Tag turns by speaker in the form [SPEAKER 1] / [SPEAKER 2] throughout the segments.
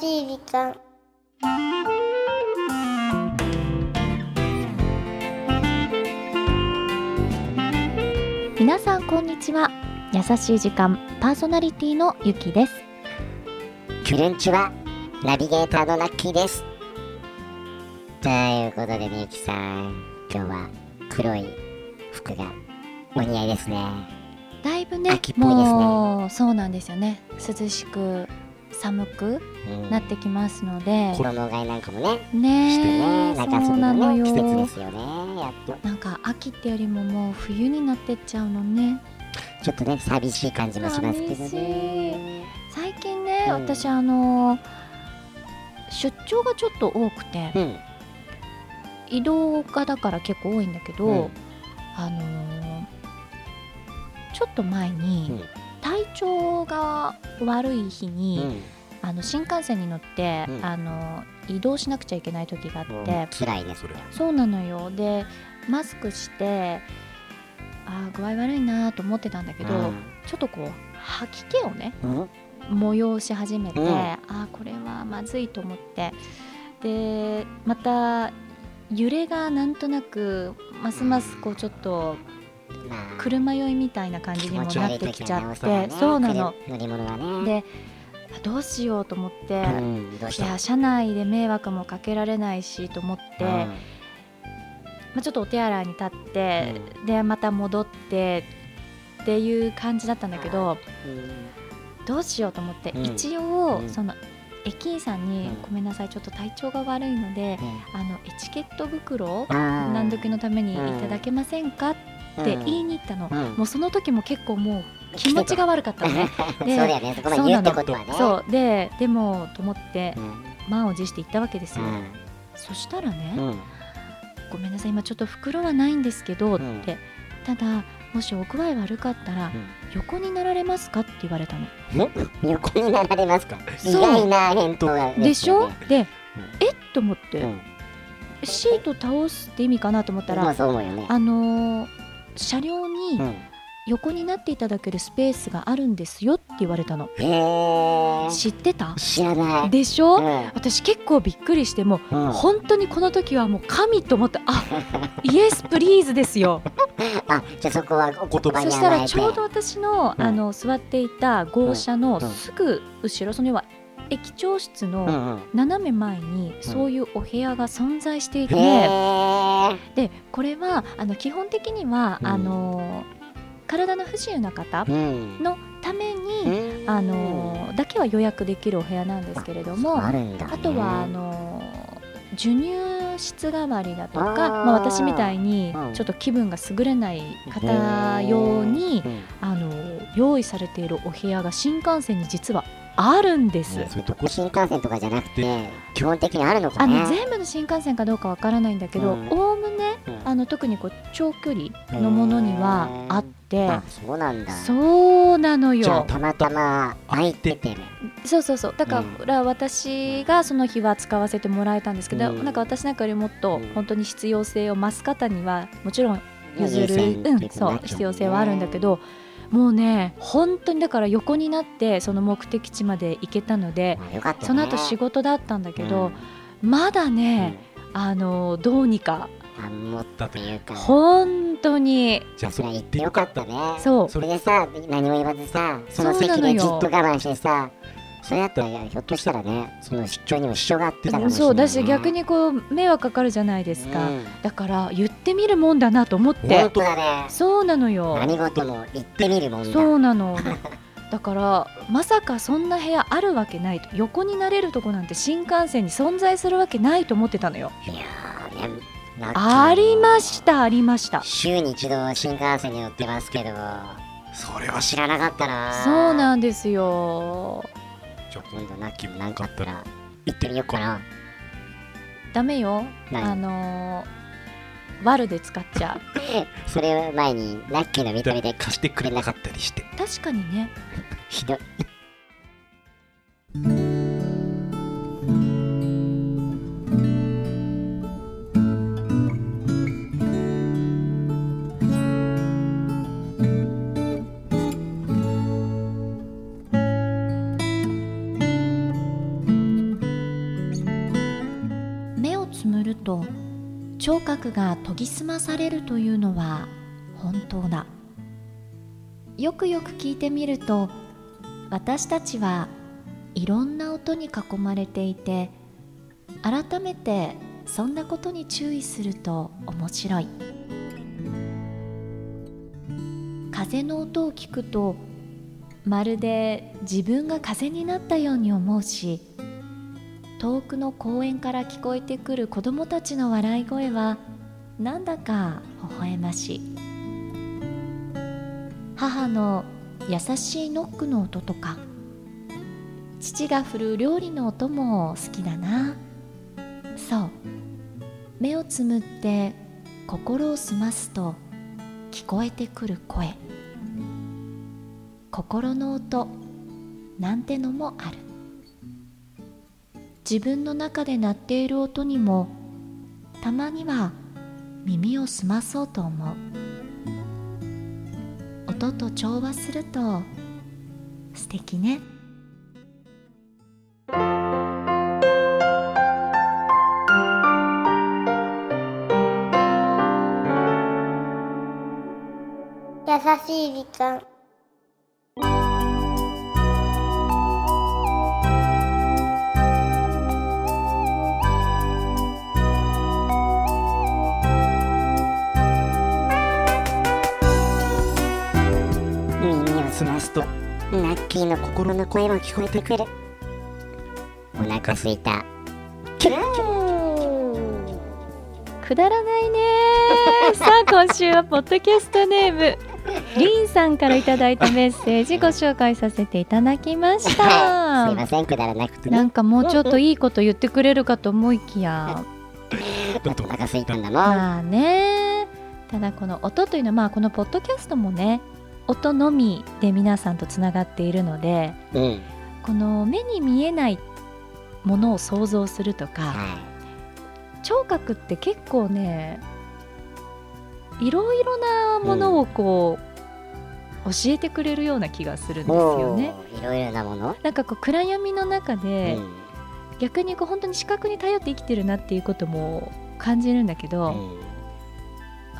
[SPEAKER 1] しい時間
[SPEAKER 2] 皆さんこんにちは優しい時間パーソナリティのゆきです
[SPEAKER 3] キュルンチュはナビゲーターのラッキーですということでみゆきさん今日は黒い服がお似合いですね
[SPEAKER 2] だいぶね
[SPEAKER 3] 秋っぽいですね
[SPEAKER 2] もうそうなんですよね涼しく寒く
[SPEAKER 3] うん
[SPEAKER 2] なってきますので、
[SPEAKER 3] 衣替えなんかもね
[SPEAKER 2] ね
[SPEAKER 3] してね
[SPEAKER 2] え
[SPEAKER 3] なんかそ
[SPEAKER 2] そう
[SPEAKER 3] れ
[SPEAKER 2] な
[SPEAKER 3] も
[SPEAKER 2] の
[SPEAKER 3] ね
[SPEAKER 2] よ
[SPEAKER 3] 季節ですよねやっと
[SPEAKER 2] なんか秋ってよりももう冬になってっちゃうのね
[SPEAKER 3] ちょっとね寂しい感じもしますけど
[SPEAKER 2] 寂し
[SPEAKER 3] ね
[SPEAKER 2] 最近ね、
[SPEAKER 3] うん
[SPEAKER 2] 私あの出張がちょっと多くて
[SPEAKER 3] うん
[SPEAKER 2] 移動がだから結構多いんだけど、
[SPEAKER 3] うん
[SPEAKER 2] あのーちょっと前に、
[SPEAKER 3] うん
[SPEAKER 2] 体調が悪い日
[SPEAKER 3] う
[SPEAKER 2] に、
[SPEAKER 3] ん
[SPEAKER 2] あの新幹線に乗って、
[SPEAKER 3] うん
[SPEAKER 2] あの移動しなくちゃいけない時があって、
[SPEAKER 3] もう辛いですね
[SPEAKER 2] そうなのよでマスクしてあー具合悪いなと思ってたんだけど、ちょっとこう吐き気をね
[SPEAKER 3] うんうん
[SPEAKER 2] 催し始めて、
[SPEAKER 3] うん
[SPEAKER 2] ああこれはまずいと思ってでまた揺れがなんとなくますますこうちょっと
[SPEAKER 3] まあ
[SPEAKER 2] 車酔いみたいな感じ
[SPEAKER 3] 気
[SPEAKER 2] にも
[SPEAKER 3] 持ち
[SPEAKER 2] な
[SPEAKER 3] 悪
[SPEAKER 2] っ
[SPEAKER 3] い
[SPEAKER 2] て
[SPEAKER 3] 時
[SPEAKER 2] き
[SPEAKER 3] は
[SPEAKER 2] ちゃって、
[SPEAKER 3] ね遅
[SPEAKER 2] そう
[SPEAKER 3] く
[SPEAKER 2] な
[SPEAKER 3] ね
[SPEAKER 2] の
[SPEAKER 3] 乗り物はね
[SPEAKER 2] であどうしようと思って、
[SPEAKER 3] うんどうし
[SPEAKER 2] い
[SPEAKER 3] た
[SPEAKER 2] や車内で迷惑もかけられないしと思って、
[SPEAKER 3] うん
[SPEAKER 2] まあ、ちょっとお手洗いに立って、でまた戻ってっていう感じだったんだけど、
[SPEAKER 3] うん
[SPEAKER 2] どうしようと思って、
[SPEAKER 3] うん
[SPEAKER 2] 一応、
[SPEAKER 3] うん
[SPEAKER 2] その駅員さんに、
[SPEAKER 3] うん
[SPEAKER 2] ごめんなさいちょっと体調が悪いので、
[SPEAKER 3] ね
[SPEAKER 2] あのエチケット袋を
[SPEAKER 3] あー
[SPEAKER 2] 何時のためにいただけませんかって言いに行ったの、
[SPEAKER 3] うん
[SPEAKER 2] もうその時も結構もう気持ちが悪かったのね
[SPEAKER 3] そう
[SPEAKER 2] で
[SPEAKER 3] だよね、そこま
[SPEAKER 2] そ
[SPEAKER 3] で
[SPEAKER 2] う
[SPEAKER 3] 言う
[SPEAKER 2] な
[SPEAKER 3] っ
[SPEAKER 2] の
[SPEAKER 3] てことはね。
[SPEAKER 2] そうででもと思って
[SPEAKER 3] うん。
[SPEAKER 2] 満を持して行ったわけです
[SPEAKER 3] う
[SPEAKER 2] よ、
[SPEAKER 3] ん。
[SPEAKER 2] そしたらね、
[SPEAKER 3] うん。
[SPEAKER 2] ごめんなさい今ちょっと袋はないんですけど」っ
[SPEAKER 3] うん
[SPEAKER 2] て、ただもしお具合悪かったら横になられますかって言われたの。
[SPEAKER 3] うん横になられますか
[SPEAKER 2] そ
[SPEAKER 3] 意
[SPEAKER 2] う
[SPEAKER 3] 外な返答がすよね。
[SPEAKER 2] でしょで、
[SPEAKER 3] うん
[SPEAKER 2] えっと思って、
[SPEAKER 3] うん。
[SPEAKER 2] シート倒すって意味かなと思ったら、
[SPEAKER 3] まあそう思うよね。
[SPEAKER 2] あのー車両に
[SPEAKER 3] うん。
[SPEAKER 2] 横になっていただけるスペースがあるんですよって言われたの。
[SPEAKER 3] へー。
[SPEAKER 2] 知ってた
[SPEAKER 3] 知らない。
[SPEAKER 2] でしょ、
[SPEAKER 3] うん
[SPEAKER 2] 私結構びっくりしてもう
[SPEAKER 3] うん
[SPEAKER 2] 本当にこの時はもう神と思って あイエスプリーズですよ
[SPEAKER 3] あ、じゃあそこはお言葉
[SPEAKER 2] そ
[SPEAKER 3] に
[SPEAKER 2] した
[SPEAKER 3] 甘え
[SPEAKER 2] ら
[SPEAKER 3] て。
[SPEAKER 2] ちょうど私の,、
[SPEAKER 3] うん
[SPEAKER 2] あの座っていた号車の
[SPEAKER 3] うん
[SPEAKER 2] すぐ後ろ、その要は駅長室
[SPEAKER 3] う
[SPEAKER 2] の
[SPEAKER 3] んうん。
[SPEAKER 2] 斜め前にそういうお部屋が存在していて、
[SPEAKER 3] へー。
[SPEAKER 2] でこれはあの基本的には、
[SPEAKER 3] うん
[SPEAKER 2] あの体の不自由な方
[SPEAKER 3] うん。
[SPEAKER 2] のために、
[SPEAKER 3] うん
[SPEAKER 2] あのだけは予約できるお部屋なんですけれども
[SPEAKER 3] あ
[SPEAKER 2] あ
[SPEAKER 3] るんだね。
[SPEAKER 2] とはあの授乳室代わりだとか
[SPEAKER 3] あー
[SPEAKER 2] まあ、私みたいに
[SPEAKER 3] うん
[SPEAKER 2] ちょっと気分が優れない方用に、
[SPEAKER 3] うん。
[SPEAKER 2] あの用意されているお部屋が新幹線に実はあるんです。
[SPEAKER 3] ねそれどこ新幹線とかじゃなくて、基本的にあるのか
[SPEAKER 2] あ
[SPEAKER 3] ね。
[SPEAKER 2] の全部の新幹線かどうかわからないんだけど
[SPEAKER 3] うん
[SPEAKER 2] おおむね
[SPEAKER 3] うん
[SPEAKER 2] あの特にこう長距離のものにはあって
[SPEAKER 3] あ、そうなんだ。
[SPEAKER 2] そうなの
[SPEAKER 3] じゃあ
[SPEAKER 2] よ
[SPEAKER 3] たまたま空いててね。
[SPEAKER 2] そうそうそうだから私がその日は使わせてもらえたんですけど、
[SPEAKER 3] うん
[SPEAKER 2] なんか私なんかよりもっと
[SPEAKER 3] うん
[SPEAKER 2] 本当に必要性を増す方にはもちろん譲る、
[SPEAKER 3] 優先って
[SPEAKER 2] うん、
[SPEAKER 3] いことに
[SPEAKER 2] そう
[SPEAKER 3] なっちゃね
[SPEAKER 2] 必要性はあるんだけ。どもうね本当にだから横になってその目的地まで行けたので
[SPEAKER 3] まあよかったね
[SPEAKER 2] その後仕事だったんだけ
[SPEAKER 3] う
[SPEAKER 2] ど
[SPEAKER 3] ん、
[SPEAKER 2] まだ
[SPEAKER 3] う
[SPEAKER 2] ね、
[SPEAKER 3] ん
[SPEAKER 2] あのどうにか
[SPEAKER 3] あもっとっていうか。
[SPEAKER 2] 本当に
[SPEAKER 4] じゃあ
[SPEAKER 3] そ
[SPEAKER 4] そ
[SPEAKER 3] れ
[SPEAKER 4] れ
[SPEAKER 3] 言っ
[SPEAKER 4] 言ってて
[SPEAKER 3] よ
[SPEAKER 4] よ
[SPEAKER 3] か
[SPEAKER 4] か
[SPEAKER 3] っ
[SPEAKER 4] ったた
[SPEAKER 3] ね
[SPEAKER 4] ね。
[SPEAKER 2] そう
[SPEAKER 3] それでさ、何も言わずさ、その席
[SPEAKER 2] そうなの
[SPEAKER 3] で
[SPEAKER 2] よ
[SPEAKER 3] じっと我慢してさ、それだったらひょっとしたらね、その出張にも支障があってたかもしれないね。
[SPEAKER 2] そうだし逆にこう迷惑かかるじゃないですか、
[SPEAKER 3] うん
[SPEAKER 2] だから言ってみるもんだなと思って
[SPEAKER 3] 本当だね。
[SPEAKER 2] そうなのよ
[SPEAKER 3] 何事も言ってみるもんだ。
[SPEAKER 2] そうな のだからまさかそんな部屋あるわけないと横になれるとこなんて新幹線に存在するわけないと思ってたのよ
[SPEAKER 3] いやーね、ラッキーな
[SPEAKER 2] ありましたありました
[SPEAKER 3] 週に一度新幹線に乗ってますけど、
[SPEAKER 4] それは
[SPEAKER 3] 知
[SPEAKER 4] 知ら
[SPEAKER 3] らなかったな。
[SPEAKER 2] そうなんですよ
[SPEAKER 4] ちょっと
[SPEAKER 3] 今度なきなんかあったら行ってみようかな。
[SPEAKER 2] ダメよ
[SPEAKER 3] 何
[SPEAKER 2] あのー、ワルで使っちゃう
[SPEAKER 3] それを前にラッキーの見た目で
[SPEAKER 4] 貸してくれなかったりして。
[SPEAKER 2] 確かにね
[SPEAKER 3] ひどい。
[SPEAKER 2] 聴覚が研ぎ澄まされるというのは本当だよくよく聞いてみると私たちはいろんな音に囲まれていて改めてそんなことに注意すると面白い風の音を聞くとまるで自分が風になったように思うし遠くの公園から聞こえてくる子どもたちの笑い声はなんだか微笑ましい母の優しいノックの音とか父が振る料理の音も好きだなそう目をつむって心を澄ますと聞こえてくる声心の音なんてのもある自分の中で鳴っている音にもたまには耳を澄まそうと思う音と調和すると素敵ね
[SPEAKER 1] 優しい時間
[SPEAKER 3] 耳を澄ますとラッキーの心の声も聞こえてくるお腹すいたキュンキュン
[SPEAKER 2] くだらないね さあ今週はポッドキャストネームりんさんからいただいたメッセージご紹介させていただきまし
[SPEAKER 3] はいすい
[SPEAKER 2] た
[SPEAKER 3] ませんくだらなくて
[SPEAKER 2] な
[SPEAKER 3] ね
[SPEAKER 2] んかもうちょっといいこと言ってくれるかと思いきや
[SPEAKER 3] お腹すいたんだもん、
[SPEAKER 2] まあねただこの音というのはまあこのポッドキャストもね音のみで皆さんとつながっているので
[SPEAKER 3] うん
[SPEAKER 2] この目に見えないものを想像するとか
[SPEAKER 3] は
[SPEAKER 2] 聴覚って結構ねいろいろなものをこう、教えてくれるような気がするんで
[SPEAKER 3] い
[SPEAKER 2] すよね。
[SPEAKER 3] おーいろいろなもの、
[SPEAKER 2] なんかこう暗闇の中で、
[SPEAKER 3] うん
[SPEAKER 2] 逆にこう本当に視覚に頼って生きてるなっていうことも感じるんだけど、
[SPEAKER 3] うん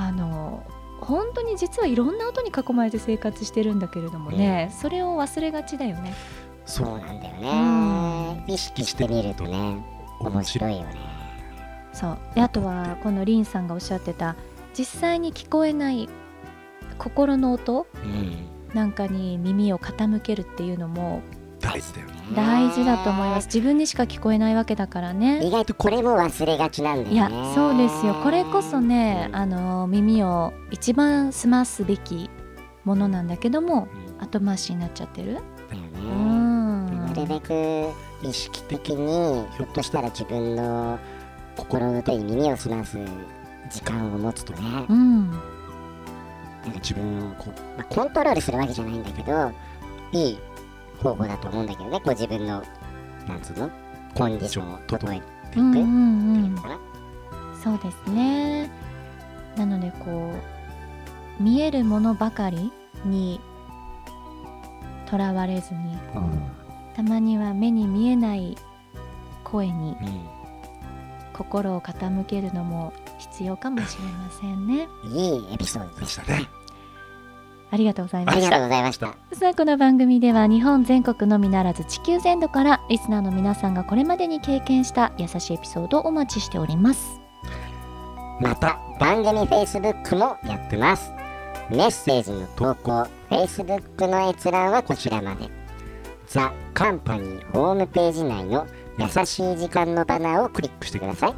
[SPEAKER 2] あの本当に実はいろんな音に囲まれて生活してるんだけれどもね、それを忘れがちだよね。
[SPEAKER 3] そうなんだよね、意識してみるとね面白
[SPEAKER 4] い
[SPEAKER 3] いよね
[SPEAKER 2] そうであとはこのリンさんがおっしゃってた実際に聞こえない心の音
[SPEAKER 3] うん
[SPEAKER 2] なんかに耳を傾けるっていうのも
[SPEAKER 4] 大事だよね
[SPEAKER 2] 大事だと思います自分にしか聞こえないわけだからね
[SPEAKER 3] 意外とこれも忘れがちなんだよね
[SPEAKER 2] いやそうですよこれこそね
[SPEAKER 3] うん
[SPEAKER 2] あの耳を一番澄ますべきものなんだけども
[SPEAKER 3] うん
[SPEAKER 2] 後回しになっちゃってる
[SPEAKER 3] だよね、
[SPEAKER 2] うん
[SPEAKER 3] なるべく意識的にひょっとしたら自分の心の手に耳を澄ます時間を持つとねなん
[SPEAKER 2] う
[SPEAKER 3] か
[SPEAKER 2] ん
[SPEAKER 3] 自分をこう、まあコントロールするわけじゃないんだけどいい方法だと思うんだけどねこう自分のなんつうのコンディションを整えていく
[SPEAKER 2] うんうんうん
[SPEAKER 3] かな
[SPEAKER 2] そうですねなのでこう見えるものばかりにとらわれずにたまには目に見えない声に
[SPEAKER 3] う
[SPEAKER 2] 心を傾けるのも必要かもしれませんね
[SPEAKER 3] んいいエピソード
[SPEAKER 4] で
[SPEAKER 3] で
[SPEAKER 4] し
[SPEAKER 3] した
[SPEAKER 4] たね
[SPEAKER 2] ありがとうございま
[SPEAKER 3] あり
[SPEAKER 2] し
[SPEAKER 3] がと
[SPEAKER 2] た
[SPEAKER 3] うございました
[SPEAKER 2] さあこの番組では日本全国のみならず地球全土からリスナーの皆さんがこれまでに経験した優しいエピソードをお待ちしております
[SPEAKER 3] また番組 Facebook もやってますメッセージの投稿 Facebook の閲覧はこちらまでザ・カンパニーホームページ内の優しい時間のバナーをクリックしてください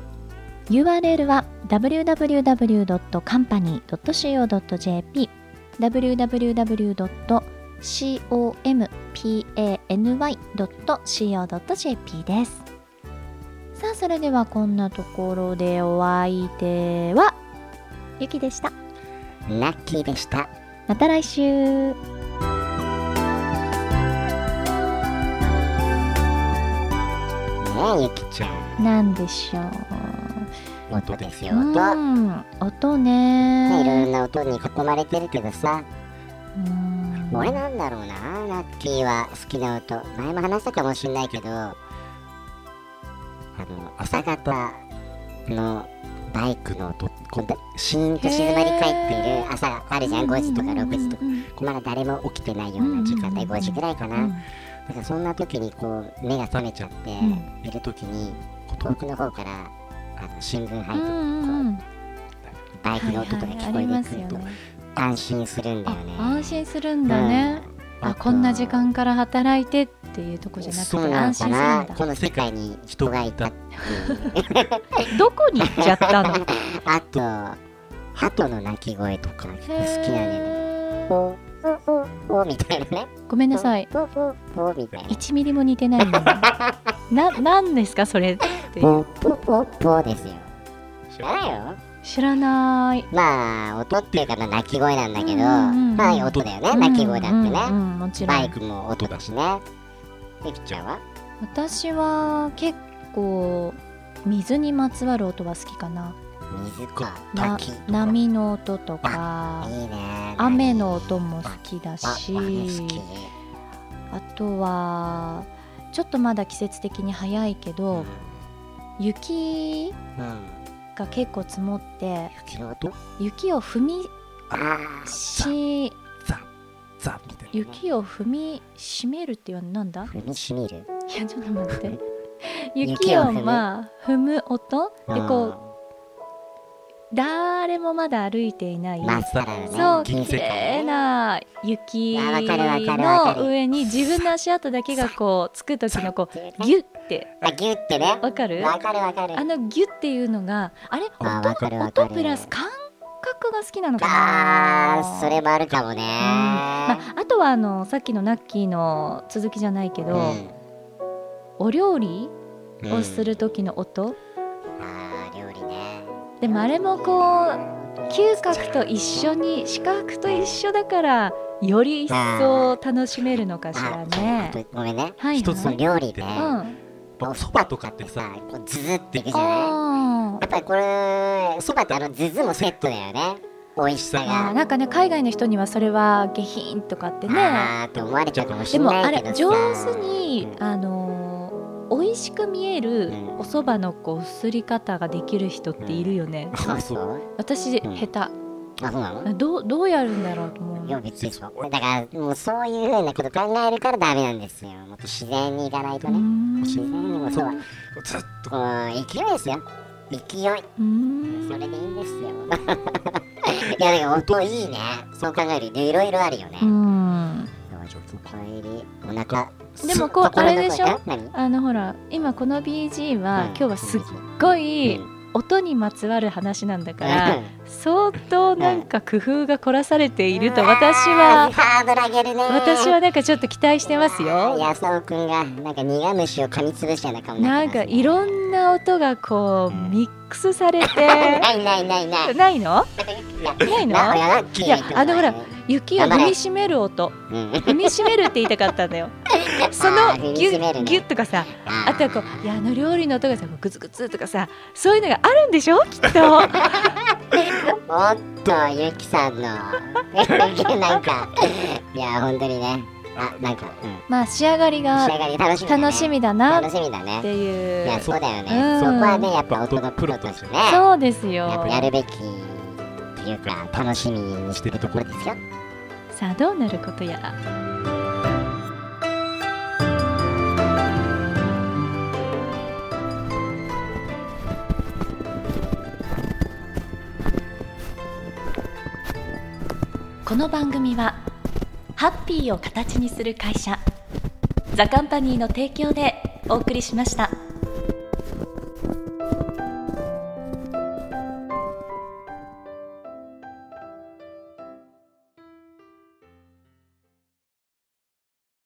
[SPEAKER 2] URL は www.company.co.jp www.company.co.jp ですさあそれではこんなところでお相手はゆきでした
[SPEAKER 3] ラッキーでした
[SPEAKER 2] また来週
[SPEAKER 3] ねえゆきちゃん
[SPEAKER 2] なんでしょ
[SPEAKER 3] 音です
[SPEAKER 2] う
[SPEAKER 3] よ
[SPEAKER 2] う
[SPEAKER 3] 音、
[SPEAKER 2] ん
[SPEAKER 3] ね、
[SPEAKER 2] 音
[SPEAKER 3] いろい
[SPEAKER 2] ね
[SPEAKER 3] ろな音に囲まれてるけどさ
[SPEAKER 2] うん
[SPEAKER 3] 俺なんだろうなラッキーは好きな音前も話したかもしんないけどあの朝方のバイクの音こうシーンと静まり返っている朝あるじゃん5時とか6時とか
[SPEAKER 2] うんうんうん
[SPEAKER 3] こまだ誰も起きてないような時間帯5時ぐらいかな、
[SPEAKER 2] うん
[SPEAKER 3] だからそんな時にこう目が覚めちゃって、
[SPEAKER 2] ん
[SPEAKER 3] いる時に遠くの方からあの新聞配布、
[SPEAKER 2] うんうん
[SPEAKER 3] バイクの音とか聞こ
[SPEAKER 2] はいはいあり
[SPEAKER 3] え
[SPEAKER 2] ま
[SPEAKER 3] て
[SPEAKER 2] す
[SPEAKER 3] く
[SPEAKER 2] よ
[SPEAKER 3] る
[SPEAKER 2] ね
[SPEAKER 3] と安心するんだよね。
[SPEAKER 2] あ安心するんだね、
[SPEAKER 3] うん
[SPEAKER 2] あこんな時間から働いてっていうとこじゃなくて
[SPEAKER 3] そうなの
[SPEAKER 2] 安心す
[SPEAKER 3] か
[SPEAKER 2] るん
[SPEAKER 3] な
[SPEAKER 2] だ
[SPEAKER 3] この世界に人がい たっていう
[SPEAKER 2] えどこに行っちゃった の
[SPEAKER 3] あと鳩の鳴き声とか結構好きなのよね。
[SPEAKER 2] へー
[SPEAKER 3] おおおみたいなね。
[SPEAKER 2] ごめんなさい
[SPEAKER 3] おおおみたいな。
[SPEAKER 2] 1ミリも似てないの ななんですかそれって
[SPEAKER 3] おおおおですよ。知らないよ。
[SPEAKER 2] 知らない
[SPEAKER 3] まあ音っていうかまあ鳴き声なんだけ
[SPEAKER 2] うん
[SPEAKER 3] ど、
[SPEAKER 2] うんうん
[SPEAKER 3] まあ音だよね鳴き声だってね。
[SPEAKER 2] うんうんうんもちろ
[SPEAKER 3] バイ
[SPEAKER 2] ん
[SPEAKER 3] クも音だしね。ゆきちゃんは
[SPEAKER 2] 私は結構水にまつわる音は好きかな
[SPEAKER 3] 水か
[SPEAKER 2] な
[SPEAKER 3] 滝とかいいね
[SPEAKER 2] 波の音とか雨の音も好きだし
[SPEAKER 3] あ好き
[SPEAKER 2] あとはちょっとまだ季節的に早いけど雪
[SPEAKER 3] うん
[SPEAKER 2] が結構積もって
[SPEAKER 3] 雪の音
[SPEAKER 2] 雪を踏み
[SPEAKER 3] あー
[SPEAKER 2] し
[SPEAKER 4] ザザみたい
[SPEAKER 2] 雪を踏みしめるっていうのはなんだ
[SPEAKER 3] 踏みしみる
[SPEAKER 2] いやちょっと待 って
[SPEAKER 3] 雪
[SPEAKER 2] 雪
[SPEAKER 3] を
[SPEAKER 2] を
[SPEAKER 3] 踏む
[SPEAKER 2] まあ踏む音でこ
[SPEAKER 3] こ
[SPEAKER 2] う誰もまだ歩いていない、
[SPEAKER 3] 真っさらね
[SPEAKER 2] そう
[SPEAKER 3] 銀
[SPEAKER 2] 綺
[SPEAKER 3] 世界
[SPEAKER 2] 麗な雪
[SPEAKER 3] あわかるわかるわかる
[SPEAKER 2] の上に自分の足跡だけがこうつく時のこうギュッて
[SPEAKER 3] あギュってね
[SPEAKER 2] わかる
[SPEAKER 3] わかるわかる
[SPEAKER 2] あのギュッていうのがあれ
[SPEAKER 3] あわかる
[SPEAKER 2] 音
[SPEAKER 3] わかる
[SPEAKER 2] 音プラス感覚が好きなのかな
[SPEAKER 3] あーそれもあるかもね
[SPEAKER 2] うんまあ、あとはあのさっきのナッキーの続きじゃないけど、お料理
[SPEAKER 3] うん
[SPEAKER 2] をする時の音、
[SPEAKER 3] うんあー料理ね
[SPEAKER 2] でもあれもこう嗅覚と一緒に視覚と一緒だからより一層楽しめるのかしら
[SPEAKER 3] あ
[SPEAKER 2] ね
[SPEAKER 3] ちょ。っとごめんね
[SPEAKER 2] はいはい、
[SPEAKER 4] 一つ
[SPEAKER 3] その料理
[SPEAKER 2] う
[SPEAKER 3] ね
[SPEAKER 2] ん、あ
[SPEAKER 4] なそばとかってさ
[SPEAKER 3] さこうズズっていくじゃない
[SPEAKER 2] あ
[SPEAKER 3] やっぱりこれそばとあのズズもセットだよね美味しさ
[SPEAKER 2] ー
[SPEAKER 3] が
[SPEAKER 2] なんかね海外の人にはそれは下品とかってね
[SPEAKER 3] あーって思われちゃうかもし
[SPEAKER 2] で
[SPEAKER 3] れ
[SPEAKER 2] も
[SPEAKER 3] な
[SPEAKER 2] あ
[SPEAKER 3] いけ
[SPEAKER 2] れ
[SPEAKER 3] どさ
[SPEAKER 2] 上手に
[SPEAKER 3] うん
[SPEAKER 2] あのー美味しく見える
[SPEAKER 3] うん
[SPEAKER 2] お蕎麦のこうすり方ができる人っているよね、
[SPEAKER 3] あそう
[SPEAKER 2] 私
[SPEAKER 3] うん
[SPEAKER 2] 下
[SPEAKER 3] あそうなの
[SPEAKER 2] 手どうどうやるんだろうと思う
[SPEAKER 3] いや別にそうだからもうそういうふうなこと考えるからダメなんですよもっと自然にいかないと
[SPEAKER 2] うー
[SPEAKER 3] ね
[SPEAKER 2] ん
[SPEAKER 3] 自然にもそうだ
[SPEAKER 4] ずっと
[SPEAKER 3] こう勢いですよ勢いう
[SPEAKER 2] ーん
[SPEAKER 3] それでいいんですよ いやなんか音いいねそう考えるといろいろあるよね、
[SPEAKER 2] うーん
[SPEAKER 3] おかえりお腹
[SPEAKER 2] でもこうあれでしょ
[SPEAKER 3] あ何
[SPEAKER 2] あのほら今この BG は、今日はすっ
[SPEAKER 3] ご
[SPEAKER 2] ごい音にまつわる話なんだから、相当なんか工夫が凝らされていると私は
[SPEAKER 3] ハードル上げるね
[SPEAKER 2] 私はなんかちょっと期待してますよ。
[SPEAKER 3] 安尾くんがなんか苦虫を噛みつぶしたような顔にな
[SPEAKER 2] な
[SPEAKER 3] っ
[SPEAKER 2] ん
[SPEAKER 3] て
[SPEAKER 2] か
[SPEAKER 3] ますね
[SPEAKER 2] いろんな音がこうミックスされ て
[SPEAKER 3] ないないないない
[SPEAKER 2] ないのないの
[SPEAKER 3] なやラッキー
[SPEAKER 2] いやあのほら雪を
[SPEAKER 3] 頑張れ
[SPEAKER 2] 踏みしめる音
[SPEAKER 3] うん
[SPEAKER 2] 踏みしめるって言いたかったん だよそ
[SPEAKER 3] あ
[SPEAKER 2] の
[SPEAKER 3] ー踏み
[SPEAKER 2] ギ
[SPEAKER 3] しめる
[SPEAKER 2] ュ
[SPEAKER 3] ね
[SPEAKER 2] ギュッとかさあ
[SPEAKER 3] あ
[SPEAKER 2] とはこういやあの料理の音がさグツグツとかさそういうのがあるんでしょきっと
[SPEAKER 3] おっとゆきさんのなんかいや本当にねあなんかうん
[SPEAKER 2] まあ仕上がり
[SPEAKER 3] 仕
[SPEAKER 2] が
[SPEAKER 3] 上がり楽しみだね
[SPEAKER 2] 楽しみだな
[SPEAKER 3] 楽
[SPEAKER 2] っ
[SPEAKER 3] しみだね
[SPEAKER 2] てい
[SPEAKER 3] いうやそうだよね
[SPEAKER 2] うん
[SPEAKER 3] そこはねやっぱ音のプロとしてね
[SPEAKER 2] そうですよ
[SPEAKER 3] やっぱやるべきっていうか楽しみにしてるところですよ
[SPEAKER 2] さあどうなることやらこの番組はハッピーを形にする会社ザカンパニーの提供でお送りしました。